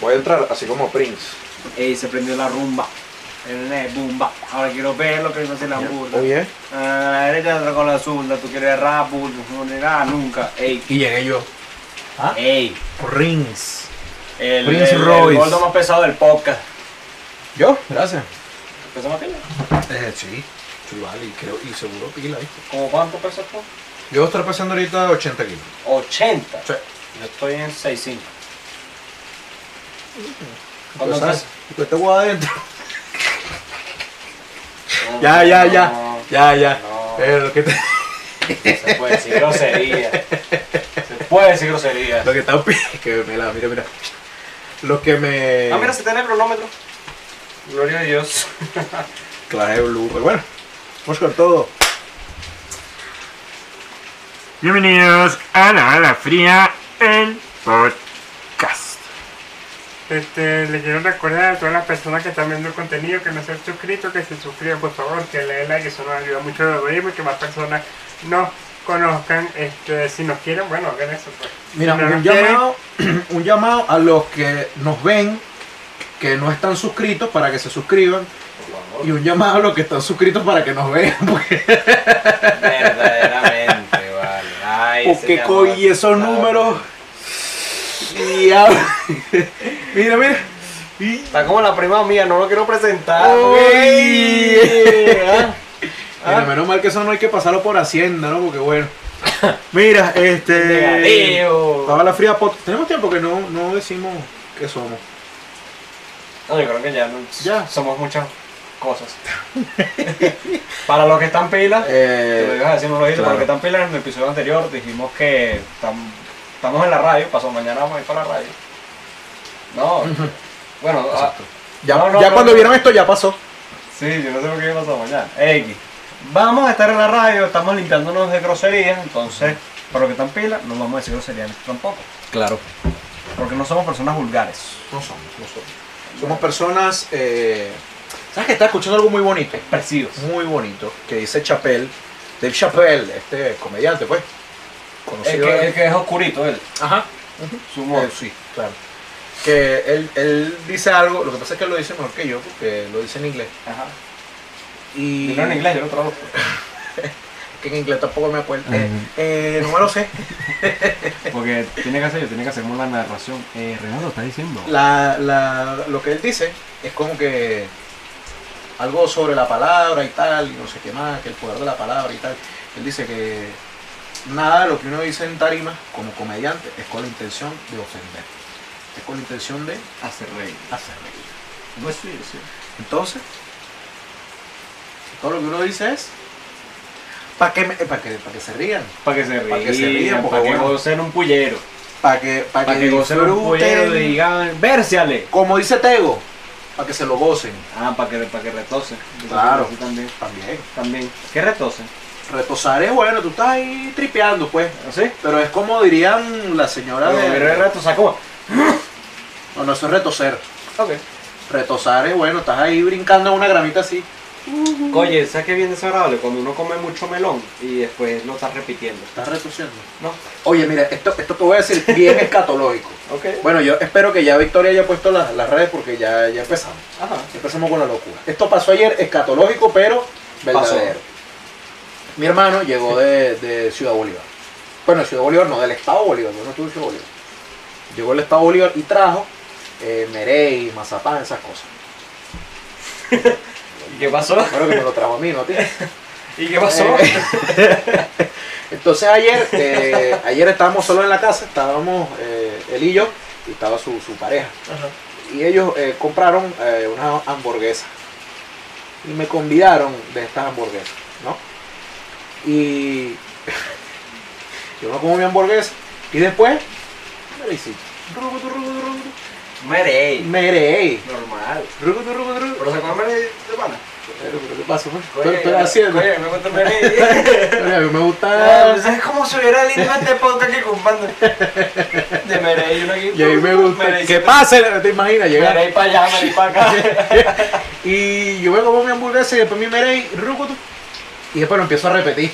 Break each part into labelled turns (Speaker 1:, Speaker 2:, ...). Speaker 1: Voy a entrar así como Prince.
Speaker 2: Ey, se prendió la rumba. El bumba. Ahora quiero ver lo que hizo hacer la burla.
Speaker 1: Oye,
Speaker 2: Ah, la derecha otra con la zurda, tú quieres rap, burla, no ni nada, nunca. Ey,
Speaker 3: Y llegué yo. ¿Ah?
Speaker 2: ey.
Speaker 3: Rings.
Speaker 2: El,
Speaker 3: Prince
Speaker 2: el- el
Speaker 3: Royce.
Speaker 2: gordo más pesado del podcast.
Speaker 3: ¿Yo? Gracias.
Speaker 2: ¿Pesó más que yo?
Speaker 3: Eh, sí. Sí, vale, y creo, y seguro pila, ¿viste?
Speaker 2: ¿Cómo cuánto pesas tú?
Speaker 3: Yo estar pesando ahorita 80 kilos.
Speaker 2: 80.
Speaker 3: Sí.
Speaker 2: Yo estoy en 6.5.
Speaker 3: Pues,
Speaker 2: ¿Cuándo
Speaker 3: ¿sabes?
Speaker 2: estás?
Speaker 3: Y con este huevo adentro. Ya, ya, ya. Ya, ya.
Speaker 2: No.
Speaker 3: Pero lo que, te-
Speaker 2: Se puede decir grosería. Se puede decir grosería.
Speaker 3: lo que está pi- que me la, mira, mira. Lo que me.
Speaker 2: Ah, mira, se tiene el cronómetro. Gloria a Dios.
Speaker 3: Claro, es blue, pero bueno. Vamos con todo.
Speaker 4: Bienvenidos a la Hora Fría, el podcast. Este, le quiero recordar a todas las personas que están viendo el contenido que no se han suscrito, que se suscriban por favor, que le den like, eso nos ayuda mucho al algoritmo y que más personas nos conozcan. Este, si nos quieren, bueno, hagan eso. pues.
Speaker 3: Mira,
Speaker 4: Si no
Speaker 3: un
Speaker 4: nos quieren,
Speaker 3: llamado, un llamado a los que nos ven, que no están suscritos, para que se suscriban. Y un llamado a los que están suscritos para que nos vean. Porque,
Speaker 2: Verdaderamente, vale. Ay, ese
Speaker 3: porque
Speaker 2: llamado
Speaker 3: coy, esos
Speaker 2: está-
Speaker 3: números. diablo. mira, mira. Y-
Speaker 2: Está como la prima mía, no lo quiero presentar.
Speaker 3: Uy.
Speaker 2: porque- Ah,
Speaker 3: Mira, menos mal que eso no hay que pasarlo por Hacienda, ¿no? Porque bueno. Mira, este.
Speaker 2: Negativo.
Speaker 3: Estaba la fría pot. Tenemos tiempo que no, no decimos que somos.
Speaker 2: No, yo creo que ya, no,
Speaker 3: Ya.
Speaker 2: somos muchas cosas. Para los que están pilas, te lo
Speaker 3: Eh,
Speaker 2: digo así, no lo dije,
Speaker 3: claro.
Speaker 2: para los que están pilas en el episodio anterior dijimos que tam- estamos en la radio, pasó mañana vamos a ir para la radio. No, bueno, ah,
Speaker 3: ya
Speaker 2: No, no,
Speaker 3: ya
Speaker 2: no,
Speaker 3: cuando
Speaker 2: no.
Speaker 3: vieron esto ya pasó.
Speaker 2: Sí, yo no sé por qué pasó mañana. X. Vamos a estar en la radio, estamos limpiándonos de groserías, entonces, para los que están pilas, no vamos a decir groserías tampoco.
Speaker 3: Claro.
Speaker 2: Porque no somos personas vulgares.
Speaker 3: No somos, no somos. Somos personas. eh, ¿Sabes que está escuchando algo muy bonito?
Speaker 2: Expresivos.
Speaker 3: Muy bonito. Que dice Chappelle. Dave Chappelle, este comediante, pues.
Speaker 2: El
Speaker 3: Conocido.
Speaker 2: que, el que es oscurito, él.
Speaker 3: Ajá.
Speaker 2: Su humor.
Speaker 3: Eh, sí, claro. Que él, él dice algo, lo que pasa es que él lo dice mejor que yo, porque lo dice en inglés.
Speaker 2: Ajá.
Speaker 3: Y
Speaker 2: Dilo en inglés, yo lo traduzco.
Speaker 3: que en inglés tampoco me acuerdo. Eh, eh, número C.
Speaker 2: Porque tiene que hacer, yo tiene que hacer como la narración. Eh, Renato está diciendo.
Speaker 3: La, la, lo que él dice es como que algo sobre la palabra y tal, y no sé qué más, que el poder de la palabra y tal. Él dice que nada de lo que uno dice en tarima como comediante es con la intención de ofender. Es con la intención de
Speaker 2: Hace reír.
Speaker 3: hacer reír.
Speaker 2: No es suyo, sí.
Speaker 3: Entonces, todo lo que uno dice es para que, me- eh, pa' que, pa' que se rían,
Speaker 2: Para que se rían.
Speaker 3: Para que se rían, porque
Speaker 2: Para que
Speaker 3: bueno.
Speaker 2: gocen un pullero.
Speaker 3: para que, pa'
Speaker 2: Para
Speaker 3: que
Speaker 2: que gocen un pullero y
Speaker 3: disfruten,
Speaker 2: digan, ¡vérciale!
Speaker 3: como dice Tego, para que se lo gocen
Speaker 2: Ah, para que, para que retocen.
Speaker 3: Claro.
Speaker 2: Así También.
Speaker 3: también.
Speaker 2: También. ¿Qué retocen?
Speaker 3: Retosar es bueno, tú estás ahí tripeando, pues.
Speaker 2: ¿Ah, ¿Sí?
Speaker 3: Pero es como dirían la señora
Speaker 2: Pero el
Speaker 3: de...
Speaker 2: reto, o sea, ¿cómo?
Speaker 3: No, no, eso es retoser.
Speaker 2: Ok.
Speaker 3: Retosar es bueno, estás ahí brincando en una gramita así.
Speaker 2: Oye, ¿sabes qué bien desagradable? Cuando uno come mucho melón y después lo estás repitiendo.
Speaker 3: Estás retosiendo.
Speaker 2: No.
Speaker 3: Oye, mira, esto, esto que voy a decir bien escatológico.
Speaker 2: Ok.
Speaker 3: Bueno, yo espero que ya Victoria haya puesto las, las redes porque ya, ya empezamos.
Speaker 2: Ajá.
Speaker 3: Empezamos con la locura. Esto pasó ayer, escatológico, pero verdadero. Mi hermano llegó de, de Ciudad Bolívar. Bueno, de Ciudad Bolívar no, del Estado Bolívar, yo no estuve en Ciudad Bolívar. Llegó el Estado Bolívar y trajo eh, merey, mazapán, esas cosas.
Speaker 2: ¿Y qué pasó?
Speaker 3: Bueno, que me lo trajo a mí, ¿no? a ti?
Speaker 2: ¿Y qué pasó?
Speaker 3: Eh, Entonces ayer, eh, ayer estábamos solos en la casa, estábamos eh, él y yo, y estaba su, su pareja. Y ellos eh, compraron eh, unas hamburguesas. Y me convidaron de estas hamburguesas, ¿no? Y yo me como mi hamburguesa. Y después, me le hice, rugudu, rugudu, rugudu,
Speaker 2: Merey.
Speaker 3: merey,
Speaker 2: Normal.
Speaker 3: rugudu, rugudu, rugudu.
Speaker 2: Pero se come merey de pana.
Speaker 3: Pero, pero, ¿Qué pasa? pues?
Speaker 2: Oye,
Speaker 3: Pero, pero haciendo.
Speaker 2: Oye, me gusta el merey.
Speaker 3: Mira, me gusta...
Speaker 2: ¿Sabes cómo se hubiera lindo este podcast que compando? De merey, uno aquí.
Speaker 3: Y ahí me gusta.
Speaker 2: Merey,
Speaker 3: Que pase, no te imaginas llegar.
Speaker 2: Merey para allá, merey para acá.
Speaker 3: Y yo me como mi hamburguesa y después mi merey, rucutu. Y después lo empiezo a repetir.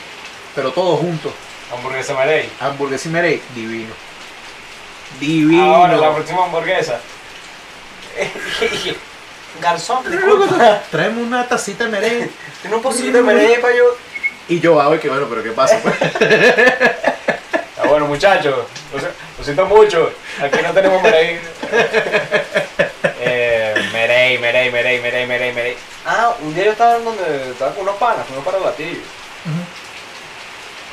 Speaker 3: Pero todo junto.
Speaker 2: Hamburguesa merey.
Speaker 3: Hamburguesa y merey, divino. Divino.
Speaker 2: Ahora, la próxima hamburguesa. Garzón, disculpa.
Speaker 5: Traemos una tacita de merengue.
Speaker 2: Tiene un poquito de merengue para yo.
Speaker 5: Y yo, ah, oye, que bueno, pero ¿qué pasa? pues?
Speaker 6: Ah, bueno, muchachos, lo, si- lo siento mucho. Aquí no tenemos merey. Eh, merey, merey, merey, merey, merey, merey.
Speaker 2: Ah, un día yo estaba en donde estaba con unos panas, fuimos para el batillo.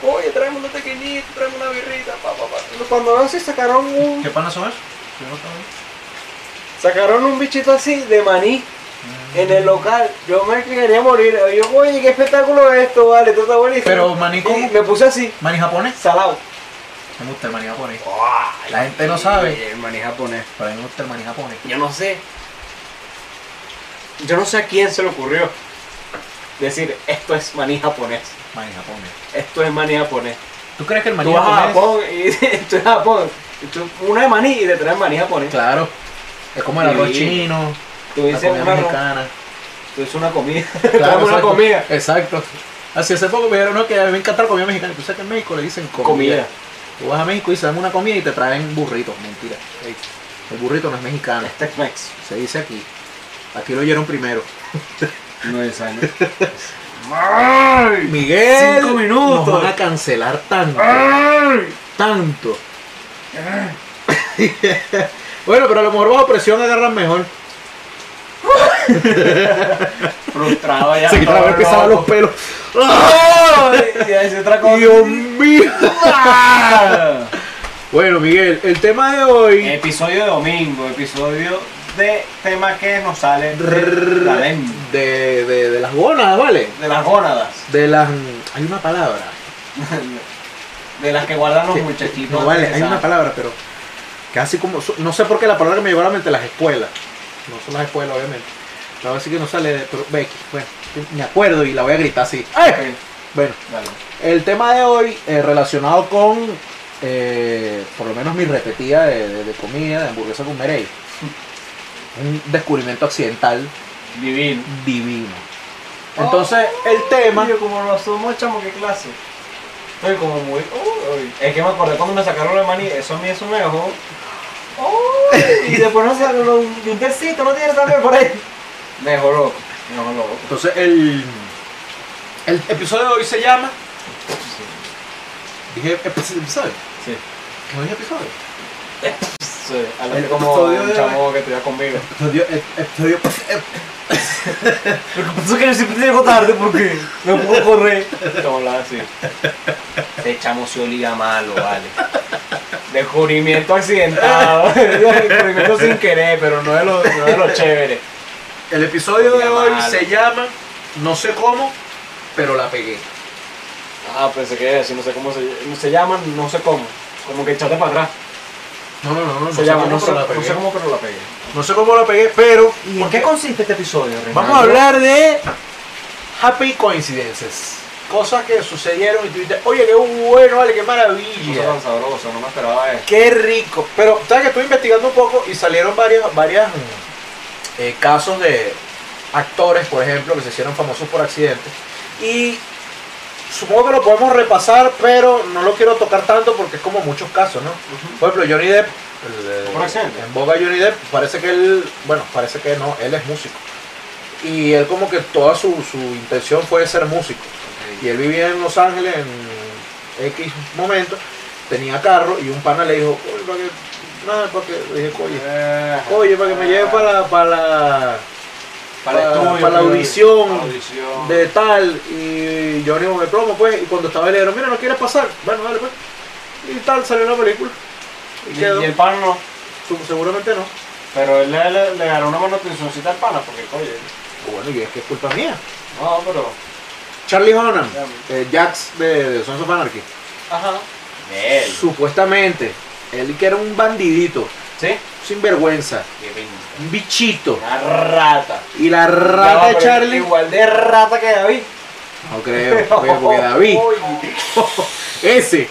Speaker 2: Oye, traemos una tequinita, traemos una birrita, pa, pa, pa. Y Cuando veo así sacaron un,
Speaker 3: ¿Qué panas son esos?
Speaker 2: sacaron un bichito así de maní en el local. Yo me quería morir. Yo, oye, qué espectáculo es esto, vale, tú estás buenísimo.
Speaker 5: Pero maní
Speaker 2: Y
Speaker 5: con
Speaker 2: me puse así,
Speaker 5: maní japonés.
Speaker 2: salado.
Speaker 5: Me gusta el maní japonés.
Speaker 2: Ay,
Speaker 5: La gente no sabe,
Speaker 2: El maní japonés.
Speaker 5: pero a mí me gusta el maní japonés.
Speaker 2: Yo no sé. Yo no sé a quién se le ocurrió decir esto es maní japonés.
Speaker 5: Maní japonés.
Speaker 2: Esto es maní japonés.
Speaker 5: ¿Tú crees que el maní
Speaker 2: tú vas a
Speaker 5: japonés?
Speaker 2: Japón y tú vas a Japón. y tú- una de maní y te traen maní japonés.
Speaker 5: Claro. Es como el arroz
Speaker 2: Sí.
Speaker 5: chino,
Speaker 2: Tú
Speaker 5: la
Speaker 2: dices
Speaker 5: comida
Speaker 2: una, ro-
Speaker 5: mexicana.
Speaker 2: tú dices una comida.
Speaker 5: Claro,
Speaker 2: Traemos una
Speaker 5: exacto.
Speaker 2: comida.
Speaker 5: Exacto. Así hace poco me dijeron no, que a mí me encanta la comida mexicana. Tú sabes que en México le dicen comida.
Speaker 2: Comida.
Speaker 5: Tú vas a México y se dan una comida y te traen burritos. Mentira. El burrito no es mexicano.
Speaker 2: Este Tex-Mex.
Speaker 5: Se dice aquí. Aquí lo oyeron primero.
Speaker 3: Nueve años.
Speaker 4: ¡Ay!
Speaker 5: Miguel,
Speaker 3: Cinco minutos.
Speaker 5: nos van a cancelar tanto,
Speaker 4: ¡Ay!
Speaker 5: tanto. bueno, pero a lo mejor bajo presión agarran mejor.
Speaker 2: Frustrado ya.
Speaker 5: Se quitaba
Speaker 2: todo
Speaker 5: ver que estaban los
Speaker 2: loco.
Speaker 5: pelos.
Speaker 2: Y ahí se otra cosa.
Speaker 5: Dios mío. bueno, Miguel, el tema de hoy.
Speaker 3: Episodio de domingo, episodio de tema que nos sale de la
Speaker 5: De,
Speaker 3: lengua,
Speaker 5: de- de las bonas, ¿vale?
Speaker 3: de las gónadas,
Speaker 5: De las. Hay una palabra.
Speaker 2: De las que guardan los
Speaker 5: que-
Speaker 2: muchachitos.
Speaker 5: no vale, hay
Speaker 2: ¿sabes?
Speaker 5: una palabra, pero. Casi como. No sé por qué la palabra que me llegó a la mente, las escuelas. No son las escuelas, obviamente. Ahora sí que no sale de. Pero, Becky, bueno, me acuerdo y la voy a gritar así. ¡Ay! Bueno,
Speaker 3: Dale.
Speaker 5: el tema de hoy eh, relacionado con, eh, por lo menos mi repetida de, de- de comida, de hamburguesa con merey. Un descubrimiento accidental
Speaker 3: divino.
Speaker 5: divino.
Speaker 2: Oh.
Speaker 5: Entonces, el tema...
Speaker 2: Yo como lo asumo, chamo, qué clase. Estoy como muy. uy. Es que me acordé cuando me sacaron la maní, eso a mí eso me dejó. uy, y después no sacaron un, y un tecito, no tiene también por ahí. Me dejó loco, me dejó loco.
Speaker 5: Entonces, el, el episodio de hoy se llama... Dije epi- episodio.
Speaker 2: Sí.
Speaker 5: No dije episodio.
Speaker 2: Sí,
Speaker 5: El
Speaker 2: algo como
Speaker 5: episodio de
Speaker 2: un
Speaker 5: hoy.
Speaker 2: chamo que estudia conmigo.
Speaker 5: Episodio... ep- episodio ep-
Speaker 2: Lo que pasa es que yo siempre llego tarde porque no puedo correr. Chamo la así. Ese chamo se olía malo, vale. Descubrimiento accidentado. Descubrimiento sin querer, pero no de lo, no de lo chévere.
Speaker 5: el episodio de hoy
Speaker 2: Llamalo.
Speaker 5: se llama... No sé cómo, pero la pegué.
Speaker 2: Ah, pensé que era así, no sé cómo se, se llaman, no sé cómo. Como que echarte para atrás.
Speaker 5: No, no, no, no,
Speaker 2: Se
Speaker 5: sé
Speaker 2: llama,
Speaker 5: cómo,
Speaker 2: no sé,
Speaker 5: pero la
Speaker 2: no
Speaker 5: pegué.
Speaker 2: sé cómo, pero la pegué.
Speaker 5: No sé cómo la pegué, pero
Speaker 2: ¿Por qué consiste este episodio, Renato?
Speaker 5: vamos a hablar de happy coincidences. Cosas que sucedieron y tú dices, oye, qué bueno, vale, qué
Speaker 2: Cosa
Speaker 5: maravilla.
Speaker 2: tan sabroso, no me esperaba esto.
Speaker 5: Qué rico. Pero, ¿sabes que estuve investigando un poco y salieron varias, varias mm, eh, casos de actores, por ejemplo, que se hicieron famosos por accidentes? Y supongo que lo podemos repasar, pero no lo quiero tocar tanto porque es como muchos casos, ¿no? Por ejemplo, Johnny Depp. el de-
Speaker 2: Por accidente.
Speaker 5: En boga Johnny Depp, parece que él, bueno, parece que no, él es músico. Y él como que toda su, su intención fue ser músico. Y él vivía en Los Ángeles en X momento, tenía carro y un pana le dijo, oye, para que, nada, para que, le dije, oye, oye, para que me lleve para, la- para, la-
Speaker 2: Para el
Speaker 5: para-
Speaker 2: estudio,
Speaker 5: para
Speaker 2: para-
Speaker 5: la audición
Speaker 2: para la audición.
Speaker 5: de tal y yo ni me plomo pues y cuando estaba él le dijeron mira no quieres pasar bueno dale pues y tal salió la película y
Speaker 2: Y,
Speaker 5: quedó
Speaker 2: y el pan no.
Speaker 5: Su- seguramente no
Speaker 2: Pero él le, le, le ganó una manutencióncita al pana, porque coño.
Speaker 5: bueno y es que es culpa mía
Speaker 2: No, pero.
Speaker 5: Charlie Honan eh, Jax de, de Sons of Anarchy
Speaker 2: Ajá.
Speaker 5: supuestamente él que era un bandidito
Speaker 2: ¿Sí?
Speaker 5: sinvergüenza
Speaker 2: Qué
Speaker 5: un bichito
Speaker 2: Una rata.
Speaker 5: y la
Speaker 2: Ya va,
Speaker 5: rata de
Speaker 2: pero
Speaker 5: Charlie
Speaker 2: Igual de rata que David.
Speaker 5: no creo oye, porque David
Speaker 2: Uy,
Speaker 5: ese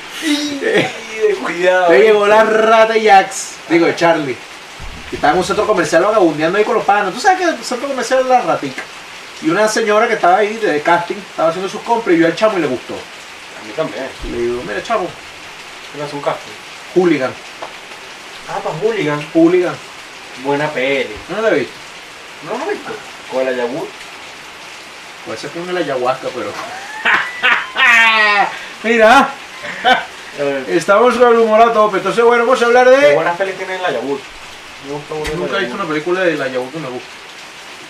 Speaker 2: de cuidado.
Speaker 5: Le
Speaker 2: ¿eh?
Speaker 5: llegó la rata Jax, digo Charlie. Y estaba en un centro comercial vagabundeando ahí con los panos. Tú sabes que el centro comercial es la ratica. Y una señora que estaba ahí de casting, estaba haciendo sus compras y vio al chamo y le gustó.
Speaker 2: A mí también.
Speaker 5: Y le digo, mira chamo,
Speaker 2: Que me hace un casting.
Speaker 5: hooligan,
Speaker 2: Ah, para Hooligan.
Speaker 5: hooligan.
Speaker 2: buena peli.
Speaker 5: No la he visto.
Speaker 2: No lo he visto. Con la Yagut.
Speaker 5: Puede ser con el ayahuasca, pero.
Speaker 3: Mira,
Speaker 5: Eh. Estamos con el humor a tope. Entonces, bueno, vamos a hablar
Speaker 2: Qué
Speaker 5: de.
Speaker 2: buenas pelis tiene la Yagut. Me gusta mucho la
Speaker 5: Nunca he visto
Speaker 2: Yagut.
Speaker 5: una película de la ayahuasca que me gusta.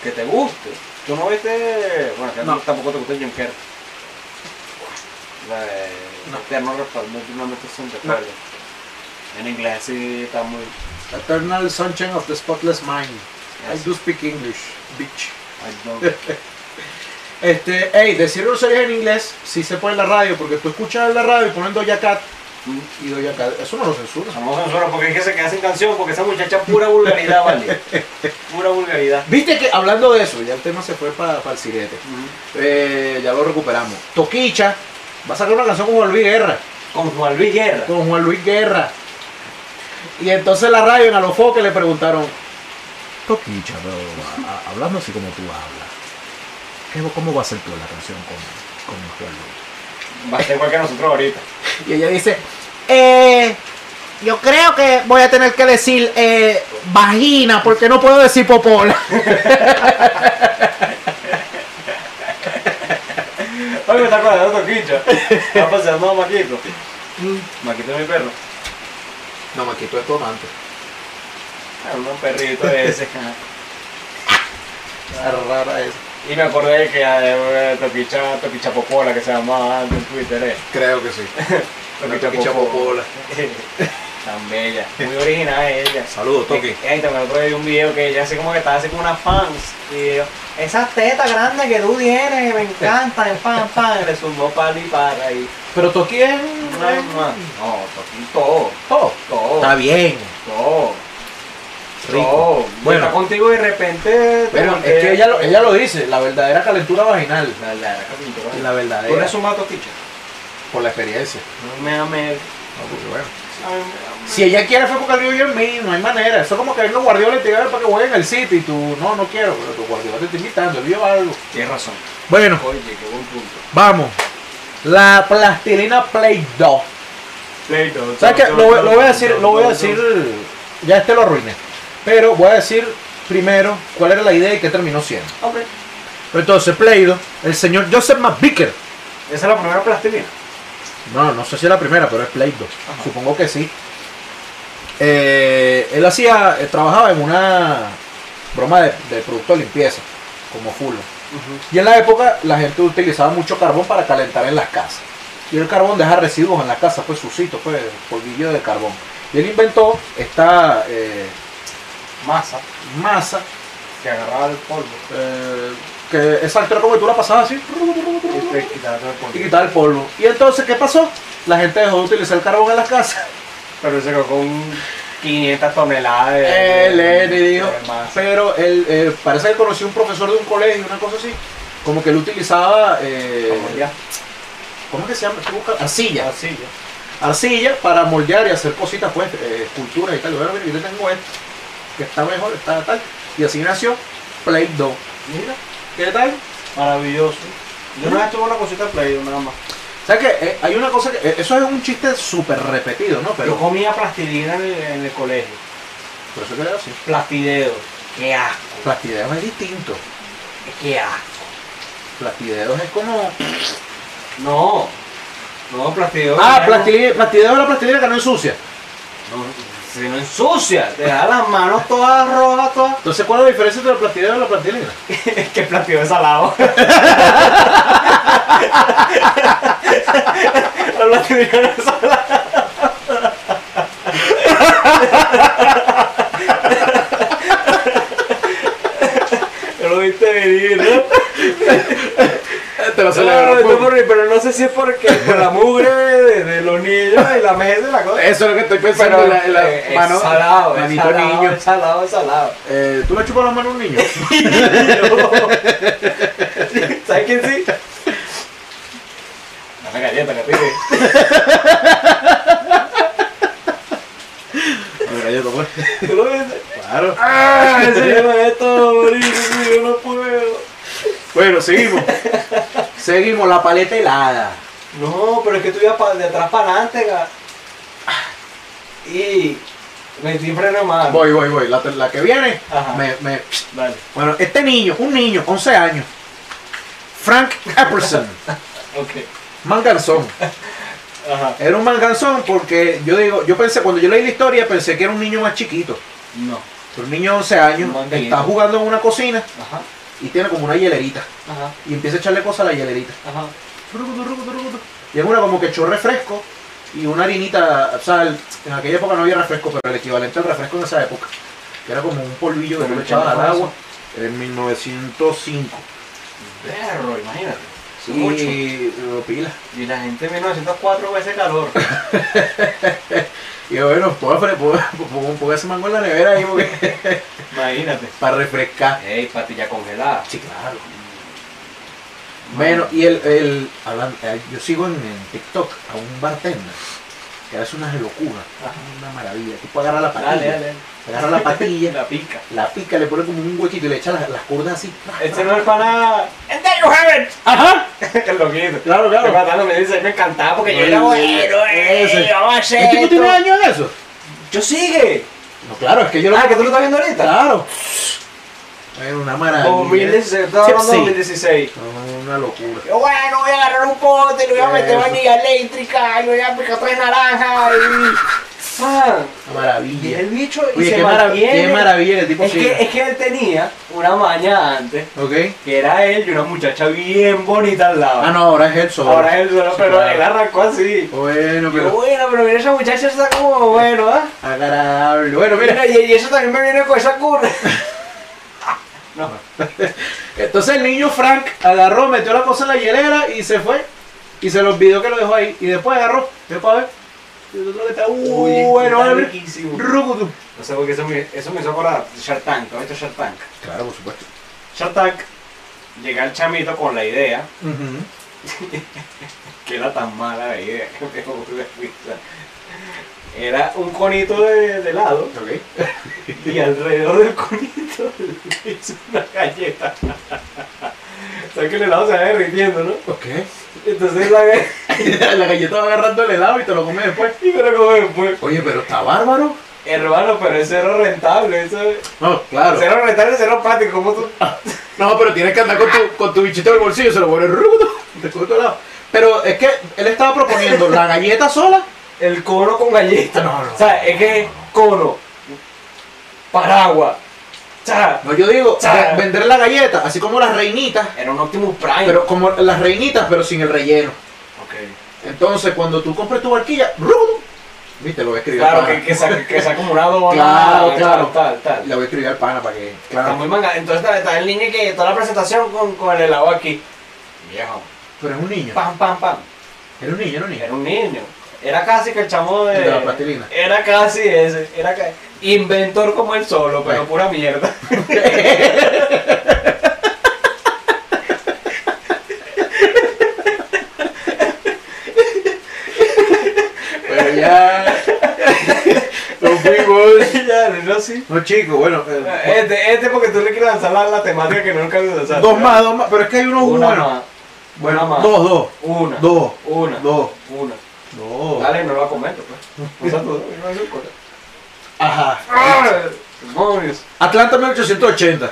Speaker 2: Que te guste. Tú no viste. Bueno, que
Speaker 5: No.
Speaker 2: tampoco te gusta Jim Carrey. La de.
Speaker 5: No.
Speaker 2: Eterno recuerdo, últimamente es un recuerdo. En inglés sí está muy.
Speaker 5: Eternal Sunshine of the Spotless Mind. I do speak English, bitch.
Speaker 2: I don't-
Speaker 5: Este, hey, decir groserías en inglés sí se puede en la radio, porque tú escuchas en la radio y ponen Doja Cat y Doja Cat, eso no lo censura.
Speaker 2: No censura porque es que se queda sin canción, porque esa muchacha pura vulgaridad, vale. Pura vulgaridad.
Speaker 5: Viste que hablando de eso, ya el tema se fue para el sirete. Eh, ya lo recuperamos. Toquicha va a sacar una canción con Juan Luis Guerra.
Speaker 2: Con Juan Luis Guerra.
Speaker 5: Con Juan Luis Guerra. Y entonces la radio en Alofoque le preguntaron, Toquicha, pero a- a- hablando así como tú hablas, ¿qué- ¿cómo va a ser tú la canción con, con Juan Luis?
Speaker 2: Va a ser igual que nosotros ahorita.
Speaker 5: Y ella dice, eh, yo creo que voy a tener que decir eh, vagina porque no puedo decir popola.
Speaker 2: Oye, me está acordando de Toquicha. Está paseando a Maquito.
Speaker 5: Mm.
Speaker 2: Maquito es mi perro.
Speaker 5: No, Maquito es tu amante.
Speaker 2: Ah, un perrito de ese.
Speaker 5: Rara es.
Speaker 2: Y me acordé que eh, Toquicha, Toquicha Popola, que se llamaba antes en Twitter, eh.
Speaker 5: Creo que sí. Toquicha Popola.
Speaker 2: Tan bella. Muy original ella.
Speaker 5: Saludos, Toqui.
Speaker 2: Eh, ahí también otro día vi un video que ella así como que estaba así con unas fans. Y yo, esas tetas grandes que tú tienes, me encantan, pan, pan. Le sumó palo y para ahí.
Speaker 5: Pero Toqui es...
Speaker 2: No, no, no, todo,
Speaker 5: Oh, Oh,
Speaker 2: todo,
Speaker 5: está bien.
Speaker 2: todo.
Speaker 5: Rico.
Speaker 2: todo. Y
Speaker 5: Bueno.
Speaker 2: está contigo y de repente. te
Speaker 5: Bueno,
Speaker 2: voltea.
Speaker 5: es que ella lo, ella lo dice, la verdadera calentura vaginal.
Speaker 2: eh, La- la- la capítulo, ¿vale?
Speaker 5: La
Speaker 2: Tú le
Speaker 5: verdadera.
Speaker 2: sumas a Toquicha.
Speaker 5: Por la experiencia.
Speaker 2: No me amé.
Speaker 5: No, porque bueno. Si ella quiere fue porque el yo en mí, no hay manera. Eso es como que venga Guardiola y te diga para que juegue en el City y tú, no, no quiero, pero tu Guardiola te está invitando, él lleva algo.
Speaker 2: Tienes razón.
Speaker 5: Bueno,
Speaker 2: Oye, qué buen punto.
Speaker 5: vamos. La plastilina Play 2.
Speaker 2: Pleito.
Speaker 5: ¿Sabes qué? Lo, voy- lo voy a decir, lo voy a decir, ya este lo arruiné. Pero voy a decir primero cuál era la idea y qué terminó siendo.
Speaker 2: Ok.
Speaker 5: Entonces, Play 2, el señor Joseph McVicker.
Speaker 2: Esa es la primera plastilina.
Speaker 5: No, no sé si es la primera, pero es Play 2. Supongo que sí. Eh, él hacía, eh, trabajaba en una broma de, de producto de limpieza, como fulo. Y en la época la gente utilizaba mucho carbón para calentar en las casas. Y el carbón deja residuos en la casa, pues sucito, pues polvillo de carbón. Y él inventó esta eh,
Speaker 2: Masa
Speaker 5: masa
Speaker 2: que agarraba el polvo.
Speaker 5: eh, que esa altura como que tú la pasabas así
Speaker 2: Y te quitaba todo el polvo.
Speaker 5: y quitaba el polvo. Y entonces, ¿qué pasó? La gente dejó de utilizar el carbón en las casas.
Speaker 2: Pero se quedó con 500 toneladas de.
Speaker 5: Él,
Speaker 2: de-
Speaker 5: él, y Eh, dijo,
Speaker 2: de masa.
Speaker 5: pero él, eh, parece que conoció un profesor de un colegio, una cosa así, como que él utilizaba, eh,
Speaker 2: Como ya.
Speaker 5: ¿cómo que se llama? Estoy buscando- Arcilla,
Speaker 2: Así ya.
Speaker 5: arcilla para moldear y hacer cositas, pues, eh, esculturas y tal. Bueno, mira, yo tengo este, que está mejor, está tal. Y así nació Play 2.
Speaker 2: Mira,
Speaker 5: ¿Qué tal?
Speaker 2: maravilloso. Yo no he hecho una cosita de play, nada más.
Speaker 5: O sea que eh, hay una cosa que, eh, eso es un chiste súper repetido, ¿no?
Speaker 2: Yo
Speaker 5: Pero,
Speaker 2: comía plastilina en el, en el colegio.
Speaker 5: pero eso queda así.
Speaker 2: Plastideo. Qué asco.
Speaker 5: Plastideos es distinto.
Speaker 2: Qué asco.
Speaker 5: Plastideos es como...
Speaker 2: No. No, plastideo.
Speaker 5: Ah,
Speaker 2: era-
Speaker 5: plastilina, plastideos es la plastilina que no ensucia.
Speaker 2: No, se no ensucia. Te da las manos todas rojas, todas.
Speaker 5: Entonces, ¿cuál es la diferencia entre la plastilina y la plastilina?
Speaker 2: que platillo de salado. La platillo de salado. Yo lo viste venir, ¿no? Eh, Ah,
Speaker 5: Te lo
Speaker 2: No, no, no, pero no sé si es porque por la mugre de, de los niños y la mesa de la cosa.
Speaker 5: Eso es lo que estoy pensando.
Speaker 2: Pero
Speaker 5: en la, en la
Speaker 2: eh, es
Speaker 5: mano,
Speaker 2: salado, es
Speaker 5: manito
Speaker 2: salado,
Speaker 5: niño.
Speaker 2: es salado, es salado.
Speaker 5: Eh, ¿Tú le chupas la mano a un niño?
Speaker 2: ¿Sabes quién sí? Dame galleta, que pide.
Speaker 5: Mira, yo tomo.
Speaker 2: ¿Tú lo viste?
Speaker 5: Claro.
Speaker 2: ¡Ah! Enséñame esto, marico, que yo no puedo.
Speaker 5: Bueno, seguimos. seguimos, la paleta helada.
Speaker 2: No, pero es que tú ibas pa- de atrás para adelante, ga. Y Metí freno de mano.
Speaker 5: Voy, voy, voy. La, la que viene,
Speaker 2: Ajá.
Speaker 5: me, me-
Speaker 2: Dale.
Speaker 5: Bueno, este niño, un niño, 11 años. Frank Epperson.
Speaker 2: Ok.
Speaker 5: Manganzón.
Speaker 2: Ajá.
Speaker 5: Era un manganzón porque yo digo, yo pensé, cuando yo leí la historia, pensé que era un niño más chiquito.
Speaker 2: No.
Speaker 5: Pero un niño de 11 años
Speaker 2: Manganito.
Speaker 5: está jugando en una cocina
Speaker 2: Ajá.
Speaker 5: y tiene como una hielerita.
Speaker 2: Ajá.
Speaker 5: Y empieza a echarle cosas a la hielerita.
Speaker 2: Ajá.
Speaker 5: Trucutu, trucutu, trucutu. Y es una como que echó refresco y una harinita, o sea, el- en aquella época no había refresco, pero el equivalente al refresco en esa época, que era como un polvillo que tú le echabas al agua, en 1905.
Speaker 2: Perro, imagínate.
Speaker 5: Y
Speaker 2: Mucho.
Speaker 5: lo pila.
Speaker 2: Y la gente en 1904 veces calor.
Speaker 5: Y yo, bueno, puedo, fre- puedo- puedo- puedo ese mango en la nevera ahí porque-
Speaker 2: Imagínate.
Speaker 5: para refrescar.
Speaker 2: Ey, patilla congelada.
Speaker 5: Sí, claro.
Speaker 2: Mm.
Speaker 5: Bueno, y el, el hablan- eh, yo sigo en, en TikTok a un bartender que hace unas locuras, una maravilla. Tú agarra la patilla,
Speaker 2: Dale, dale.
Speaker 5: agarra la patilla,
Speaker 2: La pica.
Speaker 5: la pica, le pone como un huequito y le echa las, las cuerdas así.
Speaker 2: Este no es para nada. And there you have it. Ajá. El loquito.
Speaker 5: Claro,
Speaker 2: El patano me dice, me encantaba porque yo era
Speaker 5: Ey,
Speaker 2: bueno,
Speaker 5: ese.
Speaker 2: eh, vamos a hacer
Speaker 5: ¿El tipo tiene
Speaker 2: esto.
Speaker 5: años de eso?
Speaker 2: Yo sigue.
Speaker 5: No, claro, es que yo lo...
Speaker 2: Ah, que tú lo estás viendo ahorita. Ah,
Speaker 5: Claro. Bueno, una maravilla.
Speaker 2: 2016, estaba hablando de
Speaker 5: Sí.
Speaker 2: 2016.
Speaker 5: Una locura.
Speaker 2: Yo, bueno, voy a agarrar un pote, le voy a meter
Speaker 5: Eso.
Speaker 2: vainilla eléctrica, le voy a picar tres naranjas y... Man,
Speaker 5: Una
Speaker 2: Ah, y
Speaker 5: maravilla.
Speaker 2: el bicho y
Speaker 5: Oye,
Speaker 2: se
Speaker 5: qué, marav-
Speaker 2: mantiene.
Speaker 5: qué maravilla que el tipo
Speaker 2: es, que,
Speaker 5: sigue.
Speaker 2: es que él tenía una maña antes,
Speaker 5: ¿Ok?
Speaker 2: que era él y una muchacha bien bonita al lado.
Speaker 5: Ah, no, ahora es él solo.
Speaker 2: Ahora él solo,
Speaker 5: Sí,
Speaker 2: pero
Speaker 5: claro.
Speaker 2: él arrancó así.
Speaker 5: Bueno,
Speaker 2: Yo,
Speaker 5: pero
Speaker 2: bueno, pero mira esa muchacha está como bueno, ¿ah?
Speaker 5: agradable. Bueno, mira.
Speaker 2: Mira, y, y eso también me viene con esa curva.
Speaker 5: Entonces el niño Frank agarró, metió la cosa en la hielera y se fue. Y se lo olvidó que lo dejó ahí. Y después agarró. Yo para ver. Y el otro que está. Uh,
Speaker 2: Oye,
Speaker 5: bueno,
Speaker 2: está
Speaker 5: vale.
Speaker 2: riquísimo.
Speaker 5: Rucutu.
Speaker 2: No sé por qué eso me, eso me hizo acordar. Shark Tank, ¿has visto Shark Tank?
Speaker 5: Claro, por supuesto.
Speaker 2: Shark Tank, llega el chamito con la idea, que era tan mala la idea que me volvió a risa. Era un conito de, de helado
Speaker 5: Ok.
Speaker 2: y alrededor del conito le hizo una galleta. o sea que el helado se va derritiendo, ¿no?
Speaker 5: Ok.
Speaker 2: Entonces la galleta
Speaker 5: la galleta va agarrando el helado y te lo comes después.
Speaker 2: y me lo Pues como después.
Speaker 5: Oye, pero está bárbaro.
Speaker 2: Hermano, pero eso era rentable, eso
Speaker 5: No, claro.
Speaker 2: Cero rentable, cero patio, como tú.
Speaker 5: No, pero tienes que andar con tu, con tu bichito en el bolsillo, se lo pones rucutu. Te coge todo el helado. Pero es que él estaba proponiendo la galleta sola.
Speaker 2: El cono con galleta.
Speaker 5: No, no,
Speaker 2: o sea, es que cono, paraguas. O sea,
Speaker 5: No, yo digo,
Speaker 2: Chao.
Speaker 5: ve- vender la galleta, así como las reinitas,
Speaker 2: era un Optimus Prime.
Speaker 5: pero como las reinitas, pero sin el relleno.
Speaker 2: Ok.
Speaker 5: Entonces, cuando tú compres tu barquilla, ¡rum! viste, lo voy a escribir al
Speaker 2: Claro,
Speaker 5: pana.
Speaker 2: que, que, saca, que saca como una dona.
Speaker 5: Claro,
Speaker 2: tal,
Speaker 5: claro.
Speaker 2: Tal, tal.
Speaker 5: La voy a escribir al pana para que.
Speaker 2: Está
Speaker 5: Claro.
Speaker 2: muy manga. Entonces está, está el niño que toda la presentación con, con el helado aquí. Viejo.
Speaker 5: Pero es un niño.
Speaker 2: Pam, pam, pam.
Speaker 5: Era un niño, era un niño.
Speaker 2: Era un niño. Era casi que el chamo de.
Speaker 5: El de la plastilina.
Speaker 2: Era casi ese. Era ca- inventor como él solo, pero
Speaker 5: Bueno.
Speaker 2: pura mierda.
Speaker 5: Pero ya. Nos fuimos.
Speaker 2: ya, no sí.
Speaker 5: No, chico, bueno. eh,
Speaker 2: Este, este porque tú le quieres lanzar la, la temática que nunca has lanzado.
Speaker 5: dos más, dos más. Pero es que hay unos
Speaker 2: Una
Speaker 5: buenos.
Speaker 2: más.
Speaker 5: Bueno,
Speaker 2: una más.
Speaker 5: dos, dos.
Speaker 2: Una.
Speaker 5: Dos.
Speaker 2: Una.
Speaker 5: Dos. Oh.
Speaker 2: Una.
Speaker 5: Dos.
Speaker 2: Dale, no lo va a comer, pues. O sea, tú, no es un cosa.
Speaker 5: Ajá.
Speaker 2: ¡Ah! Demonios.
Speaker 5: Atlanta 1880.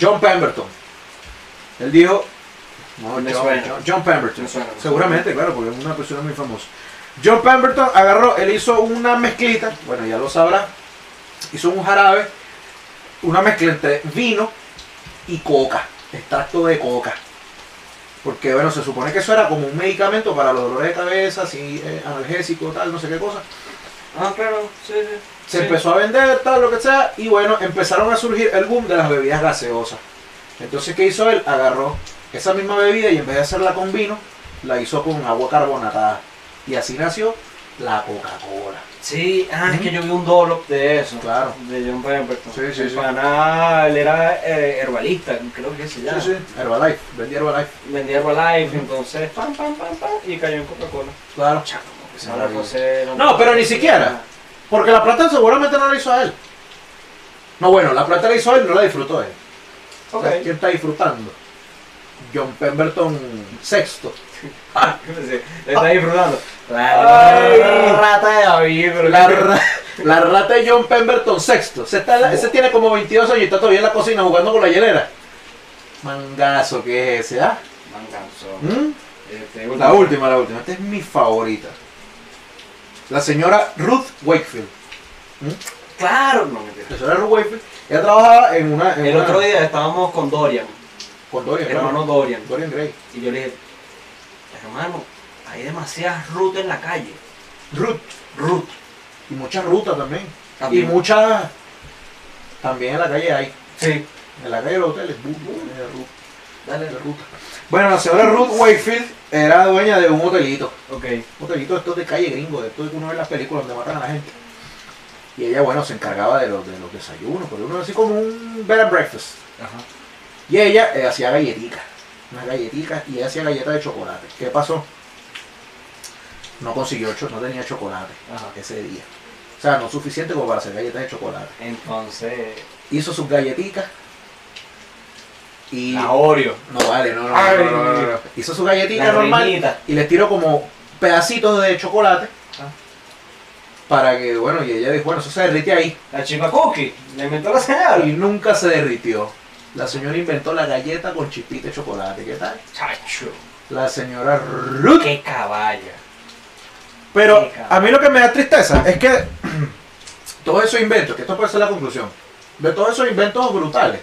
Speaker 5: John Pemberton. Él dijo. No,
Speaker 2: Me
Speaker 5: John,
Speaker 2: suena.
Speaker 5: John- John Pemberton.
Speaker 2: Me suena, me suena.
Speaker 5: Seguramente, claro, porque es una persona muy famosa. John Pemberton agarró, él hizo una mezclita, bueno, ya lo sabrá. Hizo un jarabe, una mezcla entre vino y coca, extracto de coca. Porque, bueno, se supone que eso era como un medicamento para los dolores de cabeza, así, eh, analgésico, tal, no sé qué cosa
Speaker 2: Ah, claro, sí, sí.
Speaker 5: se
Speaker 2: Sí.
Speaker 5: empezó a vender, tal, lo que sea, y bueno, empezaron a surgir el boom de las bebidas gaseosas. Entonces, ¿qué hizo él? Agarró esa misma bebida y en vez de hacerla con vino, la hizo con agua carbonatada. Y así nació la Coca-Cola.
Speaker 2: Sí, ah, es que yo vi un dollop de eso.
Speaker 5: Claro.
Speaker 2: De John Pemberton.
Speaker 5: Sí, sí,
Speaker 2: El
Speaker 5: sí.
Speaker 2: pana, él era eh, herbalista, creo que se llama.
Speaker 5: Herbalife, vendía Herbalife.
Speaker 2: Vendía Herbalife, entonces, pam, pam, pam, pam, y cayó en Coca-Cola.
Speaker 5: Claro.
Speaker 2: Chaco, que se habla José,
Speaker 5: No, pero ni siquiera. Porque la plata seguramente no la hizo a él. No, bueno, la plata la hizo a él, no la disfrutó él.
Speaker 2: Ok.
Speaker 5: ¿Sabes ¿Quién está disfrutando? John Pemberton sexto. Ah.
Speaker 2: Sí, Le está disfrutando.
Speaker 5: Ay.
Speaker 2: La rata de David, pero
Speaker 5: La,
Speaker 2: que-
Speaker 5: ra- La rata de John Pemberton sexto. Ese, está en la- ese tiene como 22 años y está todavía en la cocina jugando con la hielera. Mangazo que es ese, ¿ah?
Speaker 2: Manganzo.
Speaker 5: ¿Mm?
Speaker 2: Este,
Speaker 5: La última, la última. Esta es mi favorita. La señora Ruth Wakefield.
Speaker 2: Claro, no mentira.
Speaker 5: La señora Ruth Wakefield. Ella trabajaba en una... en
Speaker 2: El
Speaker 5: una-
Speaker 2: otro día estábamos con Dorian,
Speaker 5: Con Dorian, claro.
Speaker 2: hermano Dorian,
Speaker 5: Dorian Gray.
Speaker 2: y yo le dije, hermano, hay demasiadas rutas en la calle.
Speaker 5: Ruth.
Speaker 2: Ruth.
Speaker 5: Y muchas rutas también.
Speaker 2: También.
Speaker 5: Y muchas... También en la calle hay.
Speaker 2: Sí.
Speaker 5: En la calle de los hoteles. bu- bu- en la Ruth.
Speaker 2: Dale.
Speaker 5: La ruta. Bueno, la señora Ruth Wakefield era dueña de un hotelito.
Speaker 2: Ok.
Speaker 5: Un hotelito de estos de calle gringo, de estos que uno ve en las películas donde matan a la gente. Y ella, bueno, se encargaba de los, de los desayunos, porque uno así como un bed and breakfast.
Speaker 2: Ajá.
Speaker 5: Y ella eh, hacía galletitas, unas galletitas, y ella hacía galletas de chocolate. ¿Qué pasó? No consiguió, cho- no tenía chocolate
Speaker 2: Ajá.
Speaker 5: ese día. O sea, no suficiente como para hacer galletas de chocolate.
Speaker 2: Entonces,
Speaker 5: Hizo sus galletitas y...
Speaker 2: la Oreo,
Speaker 5: No vale, no, no,
Speaker 4: Ay.
Speaker 5: no, no, no, no. Hizo su galletita
Speaker 2: la
Speaker 5: normal
Speaker 2: reinita.
Speaker 5: y les tiró como pedacitos de chocolate
Speaker 2: Ah.
Speaker 5: para que, bueno, y ella dijo, bueno, eso se derrite ahí.
Speaker 2: La chipa cookie, la inventó la señora.
Speaker 5: Y nunca se derritió. La señora inventó la galleta con chispita de chocolate, ¿qué tal?
Speaker 2: Chacho,
Speaker 5: La señora Ruth.
Speaker 2: qué caballa.
Speaker 5: Pero
Speaker 2: qué cabrón.
Speaker 5: a mí lo que me da tristeza es que todos esos inventos, que esto puede ser la conclusión, de todos esos inventos brutales,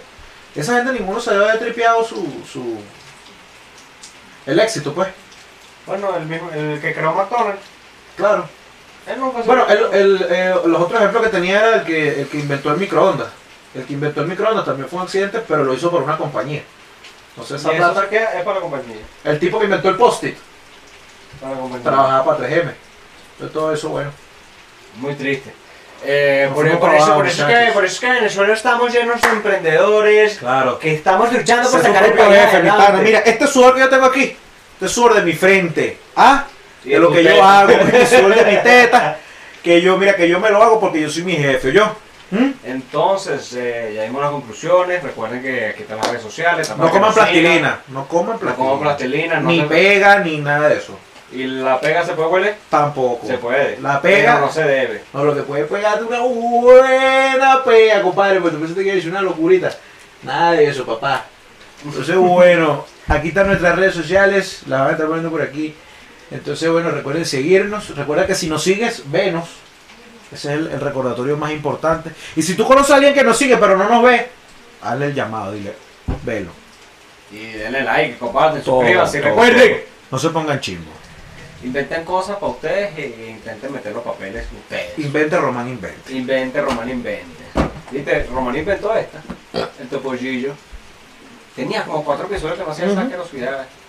Speaker 5: esa gente ninguno se debe haber tripeado su, su... el éxito, pues.
Speaker 4: Bueno, el, mismo, el que creó McDonald's.
Speaker 5: Claro.
Speaker 4: Él nunca se
Speaker 5: Bueno, el,
Speaker 4: murió.
Speaker 5: el, eh, los otros ejemplos que tenía era el que, el que inventó el microondas. El que inventó el microondas también fue un accidente, pero lo hizo por una compañía. Entonces, esa
Speaker 4: Y eso
Speaker 5: plata-
Speaker 4: que es para la compañía.
Speaker 5: el tipo que inventó el post-it
Speaker 4: Para la compañía.
Speaker 5: trabajaba para 3M. Entonces, todo eso, bueno.
Speaker 2: Muy triste.
Speaker 4: Eh,
Speaker 5: Nos
Speaker 4: por,
Speaker 5: fuimos
Speaker 4: por
Speaker 5: para
Speaker 4: eso,
Speaker 5: abajo,
Speaker 4: por, eso
Speaker 5: muchachos.
Speaker 4: que, por eso que en Venezuela estamos llenos de emprendedores,
Speaker 5: Claro.
Speaker 2: Que estamos luchando por
Speaker 5: Ese es
Speaker 2: sacar
Speaker 5: tu
Speaker 2: el
Speaker 5: propio
Speaker 2: país
Speaker 5: jefe, mi pana.
Speaker 2: adelante.
Speaker 5: Mira, este sudor que yo tengo aquí, este sudor de mi frente, ¿ah?
Speaker 2: Y
Speaker 5: De
Speaker 2: de
Speaker 5: lo
Speaker 2: tu
Speaker 5: que yo
Speaker 2: teta.
Speaker 5: hago, el sudor de mi teta. Que yo, mira, que yo me lo hago porque yo soy mi jefe, ¿Mm? yo.
Speaker 4: entonces eh, ya dimos las conclusiones, recuerden que aquí están las redes sociales, están
Speaker 5: No
Speaker 4: para que
Speaker 5: coman
Speaker 4: nos sigan.
Speaker 5: plastilina, no coman
Speaker 4: no
Speaker 5: plastilina.
Speaker 4: coman plastilina, no
Speaker 5: Ni
Speaker 4: se-
Speaker 5: pega, ni nada de eso.
Speaker 4: y la pega se puede huele,
Speaker 5: Tampoco.
Speaker 4: se puede,
Speaker 5: La pega.
Speaker 4: pero no se debe.
Speaker 5: No, lo que puede pegar es una buena pega, compadre, pues, porque tú pensaste que es una locurita. Nada de eso, papá. Entonces, bueno, aquí están nuestras redes sociales, las van a estar poniendo por aquí. Entonces, bueno, recuerden seguirnos. Recuerda que si nos sigues, venos. Ese es el, el recordatorio más importante. Y si tú conoces a alguien que nos sigue pero no nos ve, hazle el llamado, dile, velo.
Speaker 2: Y denle like, comparten,
Speaker 5: Todo,
Speaker 2: suscríbanse.
Speaker 5: todo,
Speaker 2: Recuerden,
Speaker 5: No se pongan chimbo.
Speaker 2: inventen cosas para ustedes e intenten meter los papeles ustedes.
Speaker 5: Invente, Román, invente.
Speaker 2: Invente, Román invente. ¿Viste? Román inventó esta, el topollillo. Tenía como cuatro episodios que no hacían
Speaker 5: Ujú.
Speaker 2: esa asquerosidad.